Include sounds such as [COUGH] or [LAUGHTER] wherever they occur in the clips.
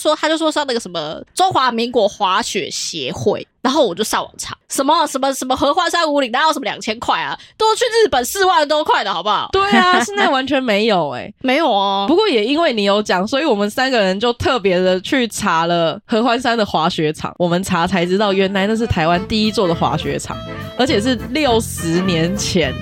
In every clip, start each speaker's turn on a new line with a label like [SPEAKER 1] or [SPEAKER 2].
[SPEAKER 1] 说他就说上那个什么中华民国滑雪协会，然后我就上网查什么什么什么合欢山五岭，哪有什么两千块啊？都去日本四万多块的好不好？
[SPEAKER 2] [LAUGHS] 对啊，现在完全没有哎、
[SPEAKER 1] 没有啊，
[SPEAKER 3] 哦
[SPEAKER 2] 不过也因为你有讲，所以我们三个人就特别的去查了合欢山的滑雪场。我们查才知道，原来那是台湾第一座的滑雪场，而且是六十年前。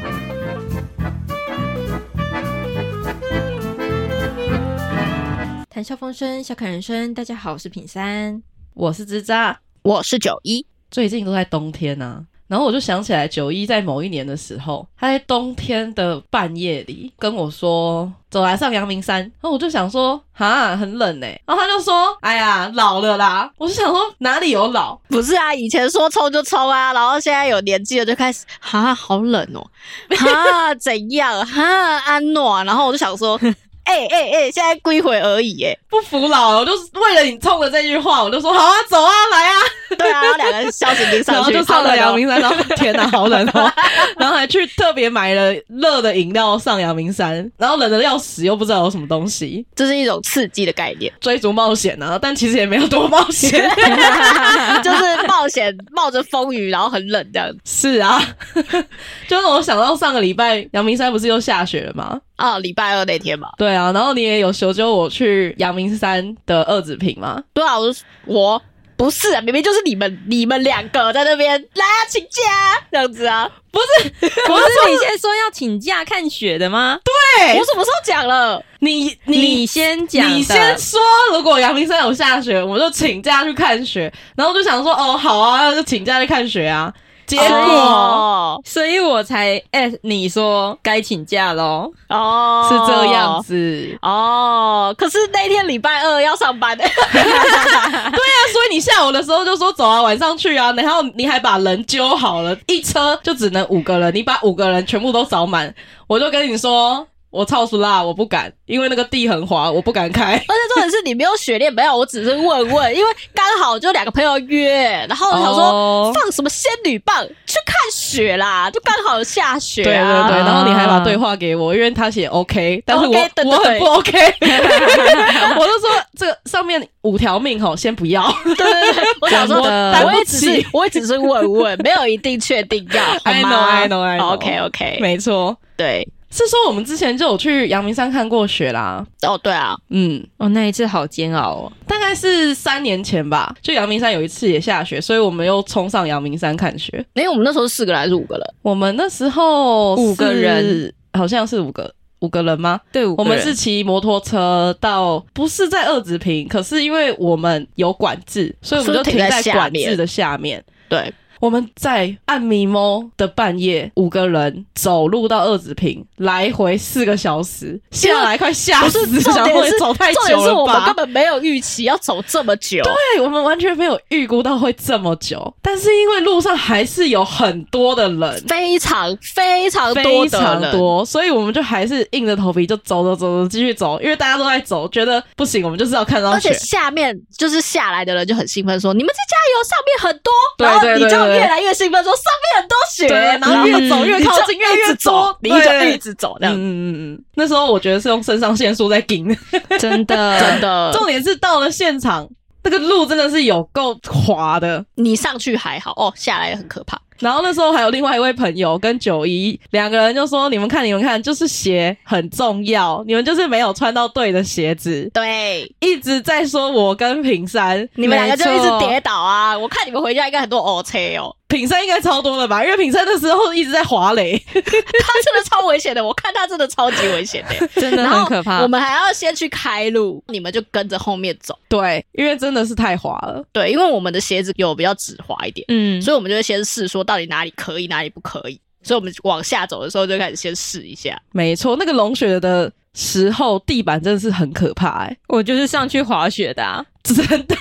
[SPEAKER 3] 谈笑风生，笑看人生。大家好，我是品三。
[SPEAKER 2] 我是支扎，
[SPEAKER 1] 我是九一，
[SPEAKER 2] 最近都在冬天啊。然后我就想起来，九一在某一年的时候，他在冬天的半夜里跟我说：“走来上阳明山。”然后我就想说：“哈，很冷哎、然后他就说：“哎呀，老了啦。”我就想说哪里有老？
[SPEAKER 1] 不是啊，以前说冲就冲啊，然后现在有年纪了就开始哈，好冷哦，哈怎样哈安暖，然后我就想
[SPEAKER 3] [LAUGHS]
[SPEAKER 1] 说，哎哎哎，现在归回而已哎、
[SPEAKER 2] 不服老了，我就是为了你冲了这句话，我就说好啊，走啊，来啊，
[SPEAKER 1] 对啊，然后两个人笑
[SPEAKER 3] [LAUGHS]
[SPEAKER 1] 嘻嘻
[SPEAKER 2] 然
[SPEAKER 1] 上
[SPEAKER 2] 后
[SPEAKER 1] 去，
[SPEAKER 2] 就上
[SPEAKER 1] 好冷哦
[SPEAKER 2] 了阳明山，然
[SPEAKER 1] [LAUGHS]
[SPEAKER 2] 后天哪，好冷哦，然后还去特别买了热的饮料上阳明山，然后冷的要死，又不知道有什么东西，
[SPEAKER 1] 这是一种刺激的概念，
[SPEAKER 2] 追逐冒险啊，但其实也没有多冒
[SPEAKER 1] [LAUGHS]
[SPEAKER 2] 险，
[SPEAKER 1] 就是冒险冒着风雨，然后很冷这样子
[SPEAKER 2] 是啊， [LAUGHS] 就让我想到上个礼拜阳明山不是又下雪了吗？
[SPEAKER 1] 啊。礼拜二那天嘛，
[SPEAKER 2] 对啊，然后你也有求救我去阳明山的二子坪吗？
[SPEAKER 1] 对啊，我就我不是啊，明明就是你们你们两个在那边来啊，请假啊这样子啊，
[SPEAKER 3] 不是你现在说要请假看雪的吗？
[SPEAKER 2] 哎
[SPEAKER 1] 我什么时候讲了？
[SPEAKER 2] 你
[SPEAKER 3] 你先讲的，
[SPEAKER 2] 你先说，如果阳明山有下雪，我就请假去看雪。然后我就想说，哦，好啊，那就请假去看雪啊。结果、
[SPEAKER 1] 哦
[SPEAKER 3] 所以我才哎、你说该请假喽。
[SPEAKER 1] 哦，
[SPEAKER 2] 是这样子，
[SPEAKER 1] 哦，可是那天礼拜二要上班， [LAUGHS]
[SPEAKER 2] 那所以你下午的时候就说走啊，晚上去啊，然后你还把人揪好了，一车就只能五个人，你把五个人全部都找满，我就跟你说。我超熟啦，我不敢，因为那个地很滑，我不敢开。
[SPEAKER 1] 而且重点是你没有雪练，没有，我只是问问，因为刚好就两个朋友约，然后我想说、
[SPEAKER 2] 哦
[SPEAKER 1] 放什么仙女棒去看雪啦，就刚好下雪、
[SPEAKER 2] 对对
[SPEAKER 1] 啊，
[SPEAKER 2] 对，然后你还把
[SPEAKER 3] 啊
[SPEAKER 2] 对话给我，因为他写 OK，但是我
[SPEAKER 1] OK，对对
[SPEAKER 2] 我很
[SPEAKER 1] 对
[SPEAKER 2] 不 OK，我就说这个上面五条命吼，先不
[SPEAKER 3] [LAUGHS]
[SPEAKER 2] 要。 [LAUGHS]
[SPEAKER 1] 对对对，我想说，
[SPEAKER 2] 真的
[SPEAKER 1] 我也只
[SPEAKER 2] 对
[SPEAKER 1] 是 [LAUGHS]
[SPEAKER 2] 不起
[SPEAKER 1] 我也只是问问，没有一定确定要。好
[SPEAKER 2] [LAUGHS] I
[SPEAKER 1] 吗
[SPEAKER 2] know, I know, I know.
[SPEAKER 1] OK OK，
[SPEAKER 2] 没错，
[SPEAKER 1] 对，
[SPEAKER 2] 是说我们之前就有去阳明山看过雪啦，
[SPEAKER 1] 哦对啊，
[SPEAKER 2] 嗯，
[SPEAKER 3] 哦，那一次好煎熬哦。
[SPEAKER 2] 大概是三年前吧。就阳明山有一次也下雪，所以我们又冲上阳明山看雪。
[SPEAKER 1] 因哎为我们那时候四个人还是五个人，
[SPEAKER 2] 我们那时候
[SPEAKER 3] 五个
[SPEAKER 2] 是
[SPEAKER 3] 人，
[SPEAKER 2] 好像是五个五个人吗？
[SPEAKER 3] 对，我
[SPEAKER 2] 我们是骑摩托车到，不是在二子坪，可是因为我们有管制，所以我们就
[SPEAKER 1] 所以
[SPEAKER 2] 停
[SPEAKER 1] 停在
[SPEAKER 2] 在
[SPEAKER 1] 下
[SPEAKER 2] 管
[SPEAKER 1] 面
[SPEAKER 2] 制的下面。
[SPEAKER 1] 对，
[SPEAKER 2] 我们在暗迷蒙的半夜，五个人走路到二子坪，来回四个小时，下来快吓
[SPEAKER 1] 不
[SPEAKER 2] 死
[SPEAKER 1] 是重
[SPEAKER 2] 了，啊想
[SPEAKER 1] 点
[SPEAKER 2] 说也
[SPEAKER 1] 是
[SPEAKER 2] 走太
[SPEAKER 1] 重点
[SPEAKER 2] 久
[SPEAKER 1] 是我
[SPEAKER 2] 了
[SPEAKER 1] 们根
[SPEAKER 2] 吧？
[SPEAKER 1] 本没有预期要走这么久，
[SPEAKER 2] 对，我们完全没有预估到会这么久，但是因为路上还是有很多的人。
[SPEAKER 1] 非常非常多
[SPEAKER 2] 非
[SPEAKER 1] 的
[SPEAKER 2] 常
[SPEAKER 1] 人，
[SPEAKER 2] 多，所以我们就还是硬着头皮就走走走走，继续走，因为大家都在走，觉得不行，我们就是要看到
[SPEAKER 1] 而且
[SPEAKER 2] 雪。
[SPEAKER 1] 下面就是下来的人就很兴奋，说你们再加油，上面很多，
[SPEAKER 2] 对
[SPEAKER 1] 然后
[SPEAKER 2] 对
[SPEAKER 1] 你
[SPEAKER 2] 对
[SPEAKER 1] 就
[SPEAKER 2] 对
[SPEAKER 1] 越来越兴奋，说上面很多雪，
[SPEAKER 2] 对
[SPEAKER 1] 然
[SPEAKER 2] 然
[SPEAKER 1] 后
[SPEAKER 2] 后
[SPEAKER 1] 越走
[SPEAKER 2] 嗯
[SPEAKER 1] 越
[SPEAKER 2] 你
[SPEAKER 1] 靠
[SPEAKER 2] 就
[SPEAKER 1] 近，
[SPEAKER 2] 一
[SPEAKER 1] 越越
[SPEAKER 2] 直
[SPEAKER 1] 走
[SPEAKER 2] 走，
[SPEAKER 1] 你就
[SPEAKER 2] 对
[SPEAKER 1] 一直走这
[SPEAKER 2] 嗯
[SPEAKER 1] 样，
[SPEAKER 2] 嗯嗯嗯，那时候我觉得是用肾上腺素在顶，
[SPEAKER 3] 真
[SPEAKER 1] [LAUGHS]
[SPEAKER 3] 的
[SPEAKER 1] 真的，
[SPEAKER 2] 重点是到了现场，那个路真的是有够滑的。
[SPEAKER 1] 你上去还好，哦，下来也很可怕。
[SPEAKER 2] 然后那时候还有另外一位朋友跟九一两个人就说：“你们看，你们看，就是鞋很重要，你们就是没有穿到对的鞋子。
[SPEAKER 1] 对”，
[SPEAKER 2] 一直在说我跟品山，
[SPEAKER 1] 你们两个就一
[SPEAKER 3] 没
[SPEAKER 1] 直
[SPEAKER 3] 错
[SPEAKER 1] 跌倒啊！我看你们回家应该很多 O 车哦，
[SPEAKER 2] 品山应该超多了吧？因为品山那时候一直在滑垒，
[SPEAKER 1] 他真的超危险的，我看他真的超级危险的。
[SPEAKER 3] [LAUGHS] 真的
[SPEAKER 1] 然
[SPEAKER 3] 很
[SPEAKER 1] 后
[SPEAKER 3] 可怕。
[SPEAKER 1] 我们还要先去开路，你们就跟着后面走。
[SPEAKER 2] 对，因为真的是太滑了。
[SPEAKER 1] 对，因为我们的鞋子有比较直滑一点，
[SPEAKER 3] 嗯，
[SPEAKER 1] 所以我们就会先试说到底哪里可以，哪里不可以。所以我们往下走的时候就开始先试一
[SPEAKER 3] [LAUGHS]
[SPEAKER 1] 下。
[SPEAKER 2] 没错，那个龙雪的时候，地板真的是很可怕、欸，
[SPEAKER 3] 我就是上去滑雪的、啊。
[SPEAKER 2] 真的。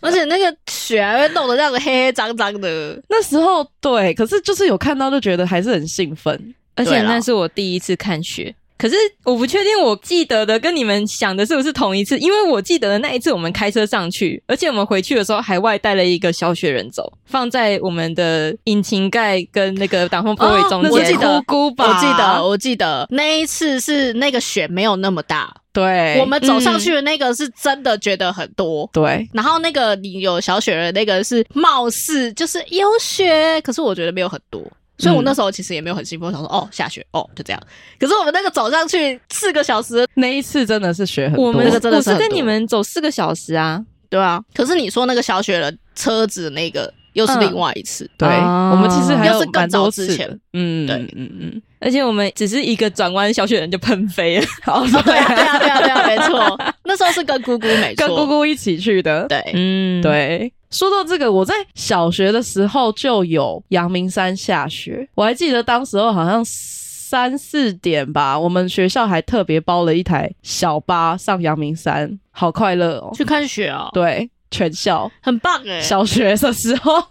[SPEAKER 1] 而且那个雪还会弄得这样子黑黑脏脏的，
[SPEAKER 2] 那时候对，可是就是有看到就觉得还是很兴奋。
[SPEAKER 3] 而且
[SPEAKER 1] 对啦
[SPEAKER 3] 那是我第一次看雪。可是我不确定我记得的跟你们想的是不是同一次，因为我记得的那一次我们开车上去，而且我们回去的时候还外带了一个小雪人走，放在我们的引擎盖跟那个挡风玻
[SPEAKER 1] 哦
[SPEAKER 3] 璃
[SPEAKER 2] 哦
[SPEAKER 3] 中
[SPEAKER 2] 那
[SPEAKER 3] 间。
[SPEAKER 1] 我记
[SPEAKER 2] 是
[SPEAKER 1] 得
[SPEAKER 2] 姑姑吧？
[SPEAKER 1] 我记得，我记得那一次是那个雪没有那么大，
[SPEAKER 3] 对，
[SPEAKER 1] 我们走
[SPEAKER 2] 嗯
[SPEAKER 1] 上去的那个是真的觉得很多。
[SPEAKER 3] 对，
[SPEAKER 1] 然后那个你有小雪人，那个是貌似就是有雪，可是我觉得没有很多，所
[SPEAKER 2] 嗯
[SPEAKER 1] 以我那时候其实也没有很兴奋，我想说哦下雪哦就这样。可是我们那个走上去四个小时，
[SPEAKER 2] 那一次真的是学很多。
[SPEAKER 3] 我们
[SPEAKER 1] 那个真的
[SPEAKER 3] 我
[SPEAKER 1] 是
[SPEAKER 3] 是
[SPEAKER 1] 很
[SPEAKER 3] 跟
[SPEAKER 1] 多
[SPEAKER 3] 你们走四个小时啊，
[SPEAKER 1] 对啊。可是你说那个小雪人车子那个又是另外一次，
[SPEAKER 2] 嗯对，
[SPEAKER 3] 啊
[SPEAKER 2] 我们其实还
[SPEAKER 1] 又
[SPEAKER 2] 有
[SPEAKER 1] 是更
[SPEAKER 2] 蛮
[SPEAKER 1] 早
[SPEAKER 2] 多
[SPEAKER 1] 之
[SPEAKER 2] 次
[SPEAKER 1] 前
[SPEAKER 2] 的。嗯，
[SPEAKER 1] 对
[SPEAKER 2] 嗯嗯嗯。
[SPEAKER 3] 而且我们只是一个转弯，小雪人就喷飞
[SPEAKER 1] [LAUGHS]
[SPEAKER 3] 了。
[SPEAKER 2] 好，
[SPEAKER 1] 对啊对啊对啊对啊，没错，那时候是跟姑姑没错，
[SPEAKER 2] 跟姑姑一起去的。
[SPEAKER 1] 对。
[SPEAKER 3] 嗯，
[SPEAKER 2] 对，说到这个，我在小学的时候就有阳明山下雪，我还记得当时候好像三四点吧，我们学校还特别包了一台小巴上阳明山，好快乐哦！
[SPEAKER 1] 去看雪哦，
[SPEAKER 2] 对，全校
[SPEAKER 1] 很棒哎、
[SPEAKER 2] 小学的时候。 [LAUGHS]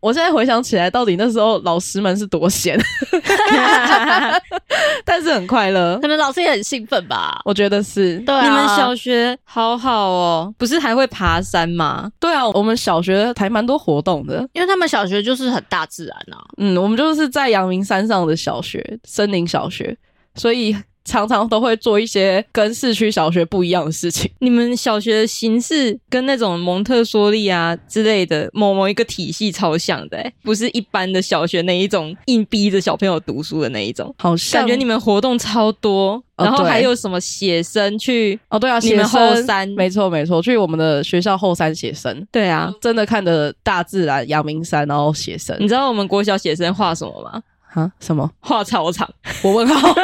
[SPEAKER 2] 我现在回想起来，到底那时候老师们是多闲，但是很快乐
[SPEAKER 1] 可，能老师也很兴奋吧？
[SPEAKER 2] 我觉得是。
[SPEAKER 1] 对啊，
[SPEAKER 3] 你们小学好好哦，不是还会爬山吗？
[SPEAKER 2] 对啊，我们小学还蛮多活动的，
[SPEAKER 1] 因为他们小学就是很大自然啊，
[SPEAKER 2] 嗯，我们就是在阳明山上的小学，森林小学，所以常常都会做一些跟市区小学不一样的事情。
[SPEAKER 3] 你们小学的形式跟那种蒙特梭利啊之类的某某一个体系超像的、欸，不是一般的小学那一种硬逼着小朋友读书的那一种。
[SPEAKER 2] 好像
[SPEAKER 3] 感觉你们活动超多，
[SPEAKER 2] 哦
[SPEAKER 3] 然后
[SPEAKER 2] 对
[SPEAKER 3] 还有什么写生去？
[SPEAKER 2] 哦，对啊，
[SPEAKER 3] 你们
[SPEAKER 2] 写生
[SPEAKER 3] 后山
[SPEAKER 2] 没错没错，去我们的学校后山写生，
[SPEAKER 3] 对啊，
[SPEAKER 2] 真的看着大自然阳明山，然后写生
[SPEAKER 3] 你知道我们国小写生画什么吗？
[SPEAKER 2] 啊什么？
[SPEAKER 3] 画操场，
[SPEAKER 2] 我问号，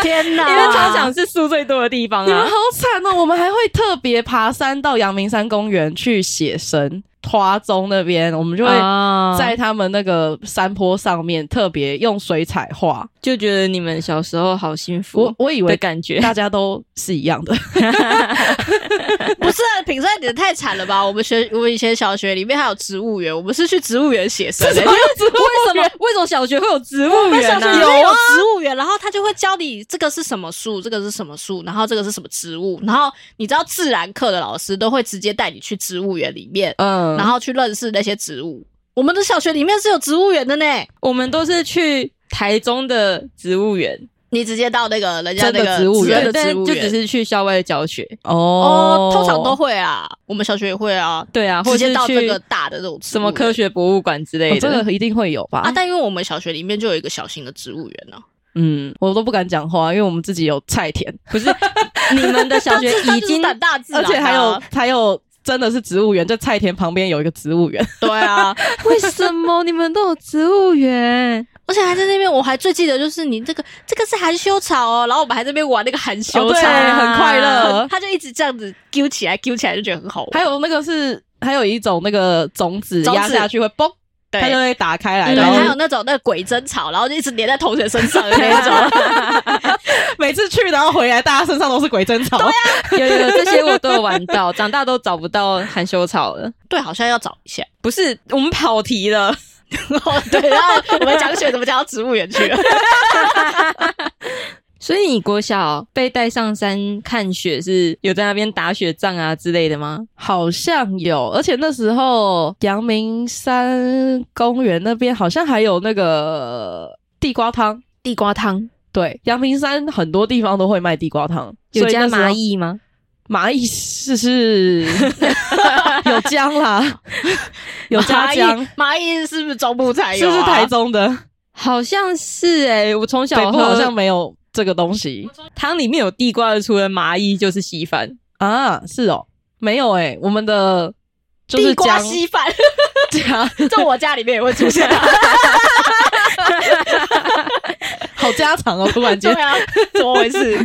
[SPEAKER 1] 天哪！
[SPEAKER 3] [LAUGHS] 因为操场是树最多的地方
[SPEAKER 2] 你们
[SPEAKER 3] 啊
[SPEAKER 2] [LAUGHS] 好。惨哦！我们还会特别爬山到阳明山公园去写生，花中那边我们就会
[SPEAKER 3] 啊
[SPEAKER 2] 在他们那个山坡上面特别用水彩画。
[SPEAKER 3] 就觉得你们小时候好幸福
[SPEAKER 2] 我我以
[SPEAKER 3] 的
[SPEAKER 2] 为 [LAUGHS]
[SPEAKER 3] 感觉。
[SPEAKER 2] 大家都是一样的，
[SPEAKER 1] 不是啊品山，你太惨了吧？我们学我们以前小学里面还有植物园，我们是去植物园写生的、
[SPEAKER 3] 为什么 [LAUGHS] 为什么小学会有植物园
[SPEAKER 1] 小
[SPEAKER 3] 啊
[SPEAKER 1] 学
[SPEAKER 3] 呢、
[SPEAKER 1] 里
[SPEAKER 3] 有
[SPEAKER 1] 面有植物园，然后他就会教你这个是什么树，这个是什么树，然后这个是什么植物，然后你知道自然课的老师都会直接带你去植物园里面，
[SPEAKER 2] 嗯
[SPEAKER 1] 然后去认识那些植物。我们的小学里面是有植物园的呢，
[SPEAKER 3] 我们都是去台中的植物园，
[SPEAKER 1] 你直接到那个人家那
[SPEAKER 2] 真的
[SPEAKER 1] 个
[SPEAKER 2] 植物园
[SPEAKER 1] 真的
[SPEAKER 3] 但
[SPEAKER 1] 植
[SPEAKER 3] 就
[SPEAKER 1] 物园，
[SPEAKER 3] 只是去校外教学。
[SPEAKER 1] 哦，通常都会啊，我们小学也会啊，
[SPEAKER 3] 对啊，
[SPEAKER 1] 直
[SPEAKER 3] 或者
[SPEAKER 1] 接
[SPEAKER 3] 是
[SPEAKER 1] 到这
[SPEAKER 3] 去
[SPEAKER 1] 个大的这种植
[SPEAKER 3] 什么
[SPEAKER 1] 物园
[SPEAKER 3] 科学博物馆之类
[SPEAKER 2] 哦
[SPEAKER 3] 的。
[SPEAKER 2] 这个一定会有吧？
[SPEAKER 1] 啊，但因为我们小学里面就有一个小型的植物园呢、啊，
[SPEAKER 2] 嗯，我都不敢讲话，因为我们自己有菜田，
[SPEAKER 3] 不是你们的小学
[SPEAKER 1] 它
[SPEAKER 3] 已
[SPEAKER 1] 就是
[SPEAKER 3] 经
[SPEAKER 1] 胆大自啊然、
[SPEAKER 2] [LAUGHS] 而且
[SPEAKER 1] [LAUGHS]
[SPEAKER 2] 还有还有真的是植物园，在菜田旁边有一个植物园， [LAUGHS]
[SPEAKER 1] 对啊，
[SPEAKER 3] 为什么你们都有植物园？
[SPEAKER 1] 而且还在那边，我还最记得就是你这个这个是含羞草哦，然后我们还在那边玩那个含羞
[SPEAKER 2] 哦对
[SPEAKER 1] 草，
[SPEAKER 2] 很快乐
[SPEAKER 1] [LAUGHS] 很他就一直这样子揪起来揪起来，就觉得很好玩。
[SPEAKER 2] 还有那个是还有一种那个种子
[SPEAKER 1] 种子
[SPEAKER 2] 压下去会嘣，
[SPEAKER 1] 对
[SPEAKER 2] 它就会打开来，
[SPEAKER 1] 对，
[SPEAKER 2] 然
[SPEAKER 1] 还有
[SPEAKER 2] 后
[SPEAKER 1] 那种那个鬼针草，然后就一直粘在同学身上的那一种。
[SPEAKER 2] 每次去然后回来，大家身上都是鬼针草。对啊，
[SPEAKER 3] [LAUGHS] 有有有，这些我都有玩到，长大都找不到含羞草了。
[SPEAKER 1] 对，好像要找一下。
[SPEAKER 3] 不是，我们跑题了。
[SPEAKER 1] 哦，对，然后我们讲雪怎么讲到植物园去了？
[SPEAKER 3] 所以你国小被带上山看雪是有在那边打雪仗啊之类的吗？
[SPEAKER 2] 好像有，而且那时候阳明山公园那边好像还有那个呃地瓜汤。
[SPEAKER 3] 地瓜汤
[SPEAKER 2] 对，阳明山很多地方都会卖地瓜汤，
[SPEAKER 3] 有
[SPEAKER 2] 所以
[SPEAKER 3] 加
[SPEAKER 2] 那时候
[SPEAKER 3] 蚂，蚁吗？
[SPEAKER 2] 蚂蚁是是 [LAUGHS] 有姜啦， [LAUGHS] 有 [LAUGHS] 加姜，哎
[SPEAKER 1] 蚂蚁，蚂蚁是不是中部才
[SPEAKER 2] 是
[SPEAKER 1] 有、啊？
[SPEAKER 2] 不是台中的？
[SPEAKER 3] 好像是哎、我从
[SPEAKER 2] 北
[SPEAKER 3] 小
[SPEAKER 2] 部
[SPEAKER 3] 喝
[SPEAKER 2] 好像没有这个东西
[SPEAKER 3] 汤里面有地瓜的，除了蚂蚁就是稀饭。
[SPEAKER 2] 啊，是哦，没有诶、我们
[SPEAKER 3] [LAUGHS]
[SPEAKER 2] 的就是
[SPEAKER 1] 地瓜
[SPEAKER 2] 姜
[SPEAKER 1] 稀 [LAUGHS] 饭？
[SPEAKER 2] 姜，
[SPEAKER 1] 这我家里面也会出现。啊 [LAUGHS]
[SPEAKER 2] 好家常哦，突然 [LAUGHS]
[SPEAKER 1] 对
[SPEAKER 2] 间
[SPEAKER 1] 啊，怎么回事？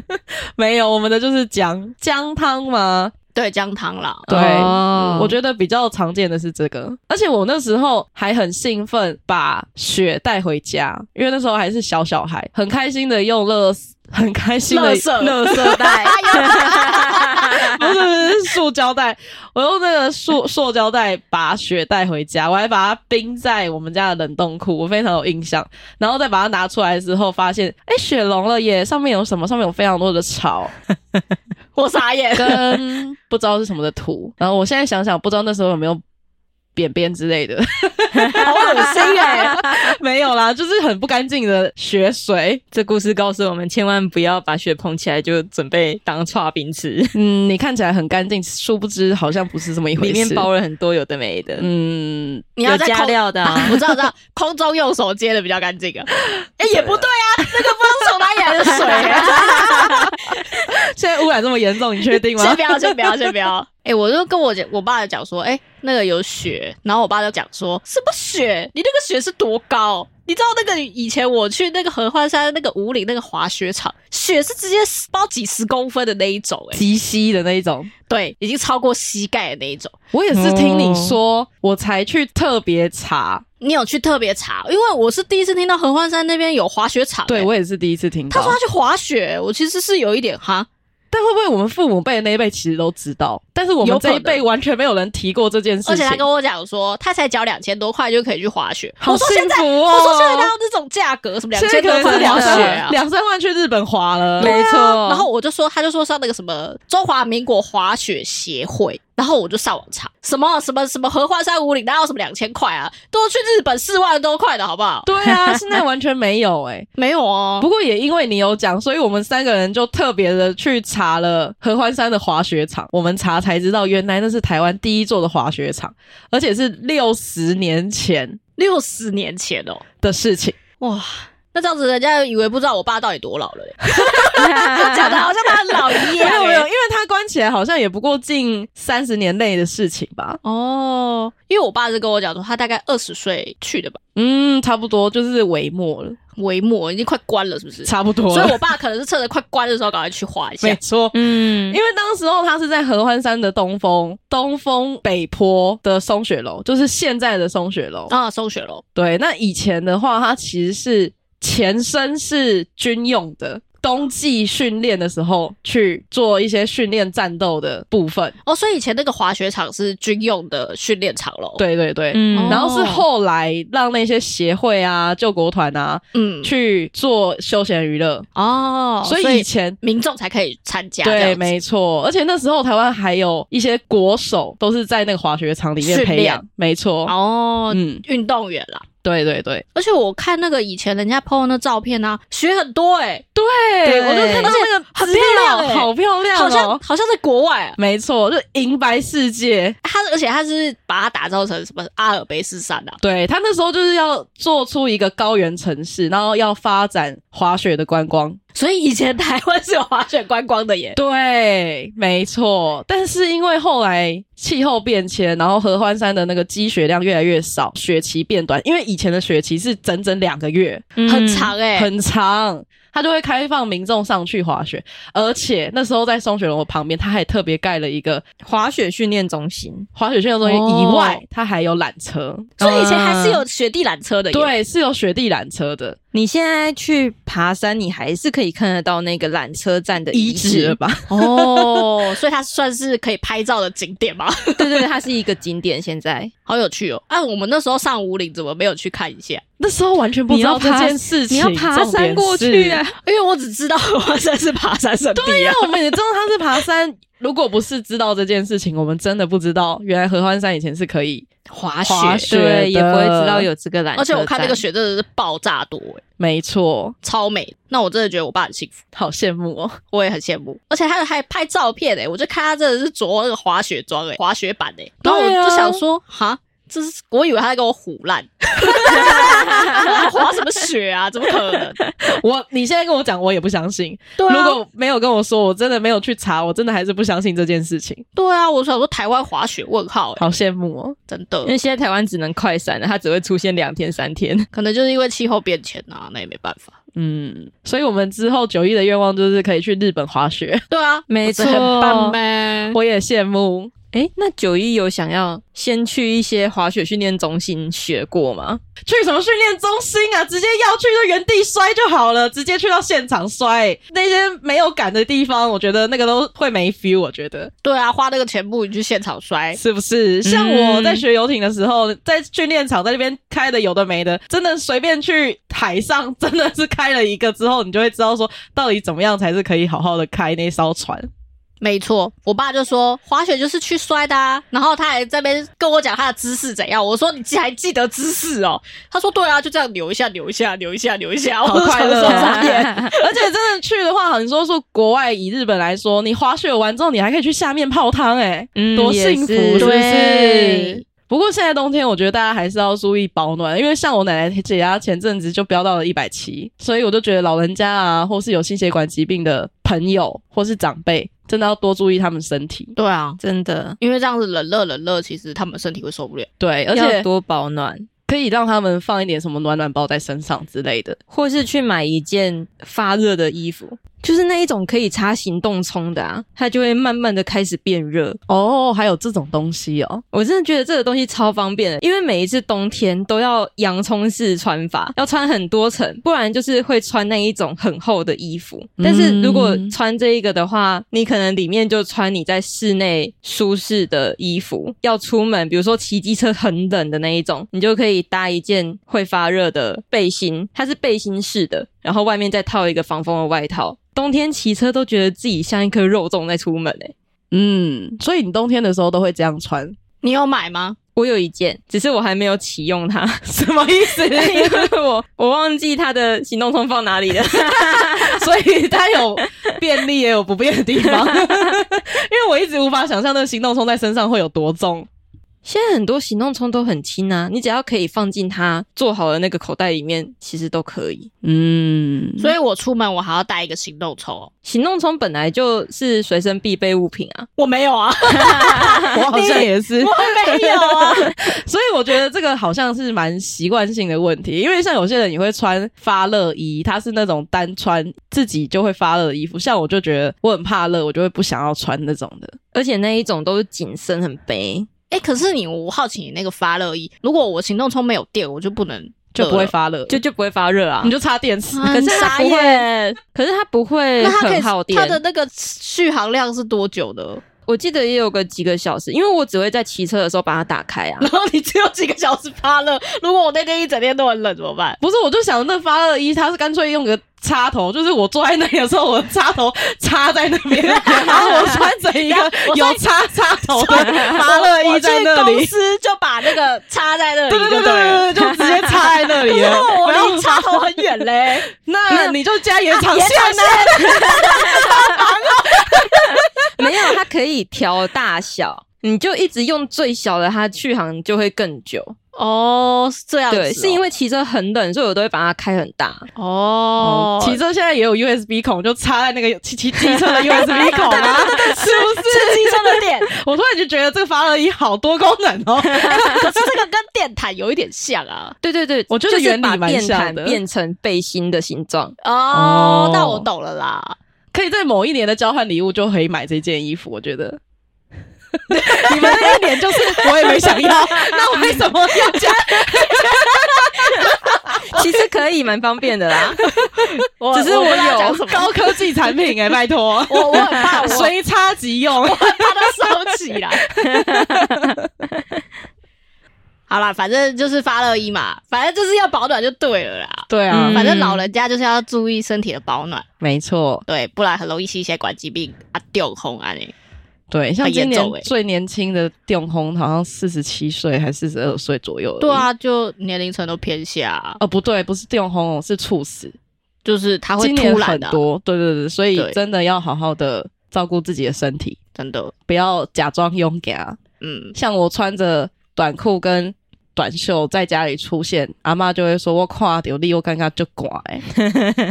[SPEAKER 2] 没有，我们的就是姜姜汤嘛，
[SPEAKER 1] [LAUGHS] 对，姜汤啦。
[SPEAKER 2] 对
[SPEAKER 3] 哦
[SPEAKER 2] 我觉得比较常见的是这个，而且我那时候还很兴奋，把雪带回家，因为那时候还是小小孩，很开心的用乐，很开心的
[SPEAKER 1] 垃圾哎
[SPEAKER 2] 乐色
[SPEAKER 1] [LAUGHS]
[SPEAKER 2] 袋， [LAUGHS] 不是不是塑胶袋，我用那个塑塑胶袋把雪带回家，我还把它冰在我们家的冷冻库，我非常有印象。然后再把它拿出来之后，发现哎、雪融了耶，上面有什么？上面有非常多的草，
[SPEAKER 1] 我傻眼。
[SPEAKER 2] 跟不知道是什么的土。然后我现在想想，不知道那时候有没有便便之类的， [LAUGHS] 好恶心
[SPEAKER 1] 欸 [LAUGHS]
[SPEAKER 2] 哎、没有啦，就是很不干净的血水。
[SPEAKER 3] [LAUGHS] 这故事告诉我们，千万不要把雪捧起来就准备当刨冰 [LAUGHS] 吃，
[SPEAKER 2] 嗯，你看起来很干净，殊不知好像不是这么一回事。
[SPEAKER 3] 里面包了很多有的没的。
[SPEAKER 2] 嗯，
[SPEAKER 1] 你要
[SPEAKER 3] 有
[SPEAKER 1] 在
[SPEAKER 3] 加
[SPEAKER 1] 空
[SPEAKER 3] 料的啊
[SPEAKER 1] 我知道，我知道，空中用手接的比较干净啊。哎、也不对啊，那个不知道从哪里来的水、啊。
[SPEAKER 2] 现在污染这么严重，你确 [LAUGHS] 定吗？
[SPEAKER 1] 先不要，先不要，先不要。 [LAUGHS] 哎、我就跟我姐我爸讲说，哎、那个有雪，然后我爸就讲说，什么雪？你那个雪是多高？你知道那个以前我去那个合欢山那个五岭那个滑雪场，雪是直接包几十公分的那一种、哎，
[SPEAKER 2] 极稀的那一种。
[SPEAKER 1] 对，已经超过膝盖的那一种。
[SPEAKER 2] 我也是听你说，我才去特别查。
[SPEAKER 1] 你有去特别查？因为我是第一次听到合欢山那边有滑雪场、
[SPEAKER 2] 对
[SPEAKER 1] 哎
[SPEAKER 2] 我也是第一次听
[SPEAKER 1] 他
[SPEAKER 2] 到
[SPEAKER 1] 说。他去滑雪，我其实是有一点哈，
[SPEAKER 2] 但会不会我们父母辈的那一辈其实都知道，但是我
[SPEAKER 1] 有
[SPEAKER 2] 们
[SPEAKER 1] 可能
[SPEAKER 2] 这一辈完全没有人提过这件事情？
[SPEAKER 1] 而且他跟我讲说，他才缴两千多块就可以去滑雪。
[SPEAKER 2] 好
[SPEAKER 1] 我说现
[SPEAKER 2] 幸
[SPEAKER 1] 在，
[SPEAKER 2] 福哦！
[SPEAKER 1] 我说现在哪有这种价格？什么两千
[SPEAKER 2] 现在
[SPEAKER 1] 多
[SPEAKER 2] 可能
[SPEAKER 1] 块
[SPEAKER 2] 是两
[SPEAKER 1] 滑雪
[SPEAKER 2] 三 [LAUGHS]
[SPEAKER 1] 啊？
[SPEAKER 2] 两哦三万去日本滑了。
[SPEAKER 3] 没错，
[SPEAKER 1] 然后我就说，他就说上那个什么中华民国滑雪协会，然后我就上网查什么什么什么合欢山五岭，哪有什么两千块啊？都去日本四万多块的好不好？
[SPEAKER 2] 对啊，现在完全没有哎、
[SPEAKER 1] 没有哦，
[SPEAKER 2] [LAUGHS] 不过也因为你有讲，所以我们三个人就特别的去查了合欢山的滑雪场。我们查才知道，原来那是台湾第一座的滑雪场，而且是六十年前
[SPEAKER 1] 六十年前哦，
[SPEAKER 2] 的事情。
[SPEAKER 1] 哇。那这样子，人家以为不知道我爸到底多老了
[SPEAKER 2] [LAUGHS]
[SPEAKER 1] 嘞，讲的好像他很老一
[SPEAKER 2] 没
[SPEAKER 1] 样、
[SPEAKER 2] 有
[SPEAKER 1] 欸。
[SPEAKER 2] 没有，因为它关起来好像也不过近三十年内的事情吧。
[SPEAKER 1] 哦，因为我爸是跟我讲说，他大概二十岁去的吧，
[SPEAKER 2] 嗯，差不多就是尾末了，
[SPEAKER 1] 微末已经快关了，是不是？
[SPEAKER 2] 差不多
[SPEAKER 1] 所
[SPEAKER 2] 了。
[SPEAKER 1] 以我爸可能是趁着快关的时候赶快去滑一
[SPEAKER 2] 没
[SPEAKER 1] 下。
[SPEAKER 2] 错，
[SPEAKER 3] 嗯
[SPEAKER 2] 因，为当时候它是在合欢山的东峰，东峰北坡的松雪楼，就是现在的松雪楼。
[SPEAKER 1] 啊，松雪楼，
[SPEAKER 2] 对，那以前的话，它其实是前身是军用的，冬季训练的时候去做一些训练战斗的部分。
[SPEAKER 1] 哦，所以以前那个滑雪场是军用的训练场喽。，
[SPEAKER 2] 对对对，
[SPEAKER 3] 嗯
[SPEAKER 2] 然后是后来让那些协会啊、救国团啊
[SPEAKER 1] 嗯，
[SPEAKER 2] 去做休闲娱乐，
[SPEAKER 1] 哦，
[SPEAKER 2] 所
[SPEAKER 1] 所
[SPEAKER 2] 以
[SPEAKER 1] 以
[SPEAKER 2] 以前。
[SPEAKER 1] 民众才可以参加。这
[SPEAKER 2] 对，
[SPEAKER 1] 样子
[SPEAKER 2] 没错，而且那时候台湾还有一些国手都是在那个滑雪场里面
[SPEAKER 1] 训
[SPEAKER 2] 培
[SPEAKER 1] 练
[SPEAKER 2] 养，没错，
[SPEAKER 1] 哦，
[SPEAKER 2] 嗯，
[SPEAKER 1] 运动员啦。
[SPEAKER 2] 对对对，
[SPEAKER 1] 而且我看那个以前人家 PO 的那照片啊，雪很多哎，
[SPEAKER 2] 对我就看到
[SPEAKER 1] 而且
[SPEAKER 2] 那个
[SPEAKER 1] 很
[SPEAKER 2] 资料
[SPEAKER 1] 漂亮欸
[SPEAKER 2] 好漂亮、哦，
[SPEAKER 1] 好像好像在国外啊。
[SPEAKER 2] 没错，就银白世界。
[SPEAKER 1] 他而且他是把它打造成什么阿尔卑斯山啊，
[SPEAKER 2] 对他那时候就是要做出一个高原城市，然后要发展滑雪的观光。
[SPEAKER 1] 所以以前台湾是有滑雪观光的耶。
[SPEAKER 2] 对，没错。但是因为后来气候变迁，然后合欢山的那个积雪量越来越少，雪期变短。因为以前的雪期是整整两个月，
[SPEAKER 1] 很
[SPEAKER 3] 嗯
[SPEAKER 1] 长哎、
[SPEAKER 2] 嗯很长，它就会开放民众上去滑雪。而且那时候在松雪楼旁边，它还特别盖了一个
[SPEAKER 3] 滑雪训练中心，
[SPEAKER 2] 滑雪训练中心以外，
[SPEAKER 1] 哦
[SPEAKER 2] 它还有缆车。啊
[SPEAKER 1] 所以以前还是有雪地缆车的耶。
[SPEAKER 2] 嗯对，是有雪地缆车的。
[SPEAKER 3] 你现在去爬山，你还是可以看得到那个缆车站的遗址。
[SPEAKER 2] 吧？ [LAUGHS]
[SPEAKER 1] 哦，所以它算是可以拍照的景点吗？ [LAUGHS]
[SPEAKER 3] 对对对，它是一个景点。现 [LAUGHS] 在
[SPEAKER 1] 好有趣哦！啊，我们那时候上五岭怎么没有去看一下？
[SPEAKER 2] 那时候完全不知道这件事情，
[SPEAKER 3] 你要爬山过去啊
[SPEAKER 2] 啊！，
[SPEAKER 1] 因为我只知道华山是爬山圣地啊。
[SPEAKER 2] 那我们也知道他是爬 [LAUGHS] 山，如果不是知道这件事情，我们真的不知道原来合欢山以前是可以。
[SPEAKER 1] 滑
[SPEAKER 2] 滑
[SPEAKER 1] 雪，
[SPEAKER 2] 雪
[SPEAKER 3] 对，也不会知道有这个缆车站。
[SPEAKER 1] 而且我看那个雪真的是爆炸多、欸，
[SPEAKER 2] 没错，
[SPEAKER 1] 超美。那我真的觉得我爸很幸福，
[SPEAKER 2] 好羡慕哦！
[SPEAKER 1] 我也很羡慕。而且他还拍照片、欸，我就看他真的是着那个滑雪装，哎，滑雪板、欸，哎，然后我
[SPEAKER 2] 对啊
[SPEAKER 1] 就想说，哈。这是我以为他在跟我唬烂， [LAUGHS] 滑什么雪啊？怎么可能？
[SPEAKER 2] [LAUGHS] 我你现在跟我讲，我也不相信。
[SPEAKER 1] 对啊
[SPEAKER 2] 如果没有跟我说，我真的没有去查，我真的还是不相信这件事情。
[SPEAKER 1] 对啊，我想说台湾滑雪问号、欸，
[SPEAKER 2] 好羡慕哦！
[SPEAKER 1] 真
[SPEAKER 3] 因为
[SPEAKER 1] 的，
[SPEAKER 3] 现在台湾只能快闪了，它只会出现两天三 [LAUGHS] 天。
[SPEAKER 1] 可能就是因为气候变迁啊，那也没办法。
[SPEAKER 2] 嗯，所以我们之后九一的愿望就是可以去日本滑 [LAUGHS] 雪，
[SPEAKER 1] 对啊，
[SPEAKER 3] 没
[SPEAKER 1] 不是很棒呗。
[SPEAKER 2] 我也羡慕。
[SPEAKER 3] 哎，那九一有想要先去一些滑雪训练中心学过吗？
[SPEAKER 2] 去什么训练中心啊？直接要去就原地摔就好了，直接去到现场摔。那些没有感的地方，我觉得那个都会没 feel。我觉得
[SPEAKER 1] 对啊，花那个钱不如你去现场摔。
[SPEAKER 2] 是不是？哎嗯像我在学游艇的时候，在训练场在那边开的有的没的，真的随便去海上，真的是开了一个之后，你就会知道说到底怎么样才是可以好好的开那艘船。
[SPEAKER 1] 没错，我爸就说滑雪就是去摔的啊，然后他还在那边跟我讲他的姿势怎样，我说你记还记得姿势哦？他说对啊，就这样扭一下扭一下扭一下扭一下， [LAUGHS] 我
[SPEAKER 2] 好
[SPEAKER 1] 就
[SPEAKER 2] 快
[SPEAKER 1] 想
[SPEAKER 2] 乐
[SPEAKER 1] 说
[SPEAKER 2] 哦
[SPEAKER 1] 傻眼
[SPEAKER 2] [LAUGHS] 而且真的去的话，好像说说国外以日本来说，你滑雪完之后，你还可以去下面泡汤、哎、
[SPEAKER 3] [LAUGHS] 嗯
[SPEAKER 2] 多
[SPEAKER 3] 也
[SPEAKER 2] 幸福，
[SPEAKER 3] 是
[SPEAKER 2] 是不是
[SPEAKER 1] 对？
[SPEAKER 2] 不过现在冬天，我觉得大家还是要注意保暖，因为像我奶奶姐她前阵子就飙到了一百七，所以我就觉得老人家啊，或是有心血管疾病的朋友或是长辈，真的要多注意他们身体。
[SPEAKER 1] 对啊，
[SPEAKER 3] 真的，
[SPEAKER 1] 因为这样子冷热冷热，其实他们身体会受不了。
[SPEAKER 2] 对，而
[SPEAKER 3] 要
[SPEAKER 2] 且
[SPEAKER 3] 多保暖，
[SPEAKER 2] 可以让他们放一点什么暖暖包在身上之类的。
[SPEAKER 3] 或是去买一件发热的衣服，就是那一种可以擦行动充的啊，它就会慢慢的开始变热。
[SPEAKER 2] 哦，还有这种东西哦，
[SPEAKER 3] 我真的觉得这个东西超方便的，因为每一次冬天都要洋葱式穿法，要穿很多层，不然就是会穿那一种很厚的衣服。但是如果穿这一个的话，你可能里面就穿你在室内舒适的衣服，要出门，比如说骑机车很冷的那一种，你就可以搭一件会发热的背心，它是背心式的，然后外面再套一个防风的外套。冬天骑车都觉得自己像一颗肉粽在出门欸诶、
[SPEAKER 2] 嗯，所以你冬天的时候都会这样 [LAUGHS] 穿，
[SPEAKER 1] 你有买吗？
[SPEAKER 3] 我有一件，只是我还没有启用它。 [LAUGHS] 什么意思？ [LAUGHS] 因为我我忘记它的行动充放哪里了。 [LAUGHS]
[SPEAKER 2] 所以它有便利也有不便的地 [LAUGHS] 方，因为我一直无法想象那个行动充在身上会有多重。
[SPEAKER 3] 现在很多行动充都很轻啊，你只要可以放进它做好的那个口袋里面，其实都可以。
[SPEAKER 2] 嗯，
[SPEAKER 1] 所以我出门我还要带一个行动充哦。
[SPEAKER 3] 行动充本来就是随身必备物品啊。
[SPEAKER 1] 我没有 [LAUGHS] 啊，
[SPEAKER 2] 我好像也是，
[SPEAKER 1] 我没有啊。
[SPEAKER 2] 所以我觉得这个好像是蛮习惯性的问题，因为像有些人也会穿发热衣，他是那种单穿自己就会发热的衣服，像我就觉得我很怕热，我就会不想要穿那种的。
[SPEAKER 3] 而且那一种都是紧身，很背。
[SPEAKER 1] 哎、可是你，我好奇你那个发热衣，如果我行动充没有电，我就不能
[SPEAKER 2] 就不会
[SPEAKER 1] 热了。
[SPEAKER 2] 发热，
[SPEAKER 3] 就就不会发热啊
[SPEAKER 2] 你。就插电池，
[SPEAKER 1] 啊
[SPEAKER 2] [LAUGHS]
[SPEAKER 3] 可是它不
[SPEAKER 1] 很傻
[SPEAKER 3] 会，可是它不会
[SPEAKER 1] 那它可
[SPEAKER 3] 很
[SPEAKER 1] 以
[SPEAKER 3] 耗电。
[SPEAKER 1] 它的那个续航量是多久 [LAUGHS] 的？
[SPEAKER 3] 我记得也有个几个小时，因为我只会在骑车的时候把它打开啊。
[SPEAKER 1] 然后你只有几个小时发热，如果我那天一整天都很冷怎么 [LAUGHS] 办？
[SPEAKER 2] 不是，我就想那发热衣，它是干脆用个插头，就是我坐在那里的时候，我的插头插在那边，然后我穿着一个
[SPEAKER 1] 我
[SPEAKER 2] 有插插头的发热衣在那
[SPEAKER 1] 我去公
[SPEAKER 2] 里，
[SPEAKER 1] 司就把那个插在那里
[SPEAKER 2] 对
[SPEAKER 1] 就
[SPEAKER 2] 对对
[SPEAKER 1] 对了。
[SPEAKER 2] 对，对就直接插在那里
[SPEAKER 1] [LAUGHS]
[SPEAKER 2] 了。
[SPEAKER 1] 我
[SPEAKER 2] 然
[SPEAKER 1] 离
[SPEAKER 2] 后
[SPEAKER 1] 插头很远嘞，
[SPEAKER 2] 那你就加
[SPEAKER 1] 啊
[SPEAKER 2] 延长线呢？
[SPEAKER 3] [LAUGHS] 没有，它可以调大小，你就一直用最小的，它续航就会更久。
[SPEAKER 1] [LAUGHS] 哦，是这样子哦、
[SPEAKER 3] 对，是因为骑车很冷，所以我都会把它开很大。
[SPEAKER 1] 哦
[SPEAKER 2] 哦，，骑车现在也有 USB 孔，就插在那个骑骑机
[SPEAKER 1] [LAUGHS]
[SPEAKER 2] 车的 USB 孔啊，是
[SPEAKER 1] 是
[SPEAKER 2] 不是？
[SPEAKER 1] 机车的 [LAUGHS] 电，哎
[SPEAKER 2] 我突然就觉得这个发热衣好多功能哦。
[SPEAKER 1] 可是这个跟电毯有一点像啊。
[SPEAKER 3] 对对对，
[SPEAKER 2] 我觉得
[SPEAKER 3] 就是
[SPEAKER 2] 原理
[SPEAKER 3] 把
[SPEAKER 2] 蛮
[SPEAKER 3] 电
[SPEAKER 2] 像
[SPEAKER 3] 毯
[SPEAKER 2] 的
[SPEAKER 3] 变成背心的形状。
[SPEAKER 1] 哦
[SPEAKER 2] 哦，
[SPEAKER 1] 那我懂了啦。
[SPEAKER 2] 可以在某一年的交换礼物就可以买这件衣服，我觉得。 [LAUGHS] 你们那一年就是我也没想要， [LAUGHS] 那为什么要加？
[SPEAKER 3] 其实可以蛮方便的啦。
[SPEAKER 1] 我
[SPEAKER 2] [LAUGHS] 只是
[SPEAKER 1] 我不
[SPEAKER 2] 我
[SPEAKER 1] 知道讲
[SPEAKER 2] 有
[SPEAKER 1] 什么
[SPEAKER 2] 高科技产品哎、拜 [LAUGHS] 托，
[SPEAKER 1] 我我很怕我
[SPEAKER 2] 随插即用。
[SPEAKER 1] 把它烧起来。 [LAUGHS] 好啦，反正就是发热衣嘛，反正就是要保暖就对了啦。
[SPEAKER 2] [LAUGHS] 对
[SPEAKER 3] 啊嗯
[SPEAKER 1] 反正老人家就是要注意身体的保暖，
[SPEAKER 2] 没错，
[SPEAKER 1] 对，不然很容易心血管疾病啊、掉红啊你。
[SPEAKER 2] 对，像
[SPEAKER 1] 很
[SPEAKER 2] 今
[SPEAKER 1] 严
[SPEAKER 2] 年
[SPEAKER 1] 重欸
[SPEAKER 2] 最年轻的电轰好像四十七岁还四十二岁左右。
[SPEAKER 1] 对，啊，就年龄层都偏下啊，
[SPEAKER 2] 哦不对，不是电轰，是猝死，
[SPEAKER 1] 就是它会
[SPEAKER 2] 今年
[SPEAKER 1] 突然
[SPEAKER 2] 很
[SPEAKER 1] 的啊，
[SPEAKER 2] 多。对对对，所以
[SPEAKER 1] 对
[SPEAKER 2] 真的要好好的照顾自己的身体，
[SPEAKER 1] 真的，
[SPEAKER 2] 不要假装勇敢。啊
[SPEAKER 1] 嗯，
[SPEAKER 2] 像我穿着短裤跟短袖在家里出现，阿妈就会说我跨丢力，我尴尬就挂哎。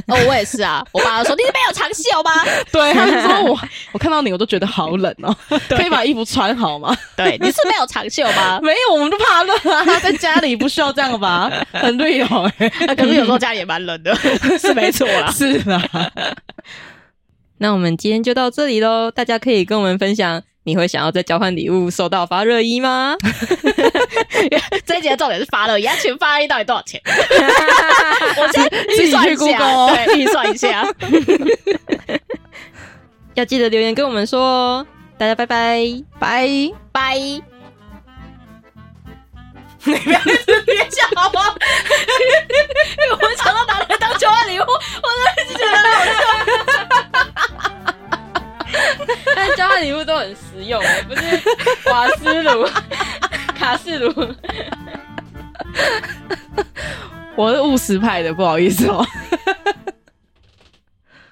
[SPEAKER 1] 哦，我也是啊，我爸说你没有长袖吗？
[SPEAKER 2] [LAUGHS]
[SPEAKER 1] [LAUGHS]
[SPEAKER 2] 对，他就说 [LAUGHS] 我我看到你我都觉得好冷哦、可以把衣服穿好吗？
[SPEAKER 1] 对，你是没有长袖吗？
[SPEAKER 2] [LAUGHS] 没有，我们就怕热 [LAUGHS] 啊，在家里不需要这样吧，很 real 哎、
[SPEAKER 1] 那可是有时候家里也蛮冷的， [LAUGHS] 是没错啦。
[SPEAKER 2] [LAUGHS] 是啊啦，
[SPEAKER 3] [LAUGHS] 那我们今天就到这里喽，大家可以跟我们分享，你会想要在交换礼物收到发热衣吗？ [LAUGHS]
[SPEAKER 1] 这一节的重点是发热衣，它啊全发热衣到底多少钱？我先
[SPEAKER 2] 自己
[SPEAKER 1] 预算
[SPEAKER 2] 去
[SPEAKER 1] 一
[SPEAKER 2] Google
[SPEAKER 1] 下，
[SPEAKER 2] 哦
[SPEAKER 1] 对，预算一下。
[SPEAKER 2] [LAUGHS]
[SPEAKER 3] 要记得留言跟我们说哦。大家拜拜，拜。
[SPEAKER 2] [LAUGHS]
[SPEAKER 1] 拜。你不要一直憋笑好不好？我想到拿来当交换礼物，我真的是觉得让我笑。
[SPEAKER 3] 大家礼物都很实用、欸，不是瓦斯炉、 [LAUGHS] 卡式炉。
[SPEAKER 2] 我是务实派的，不好意思哦、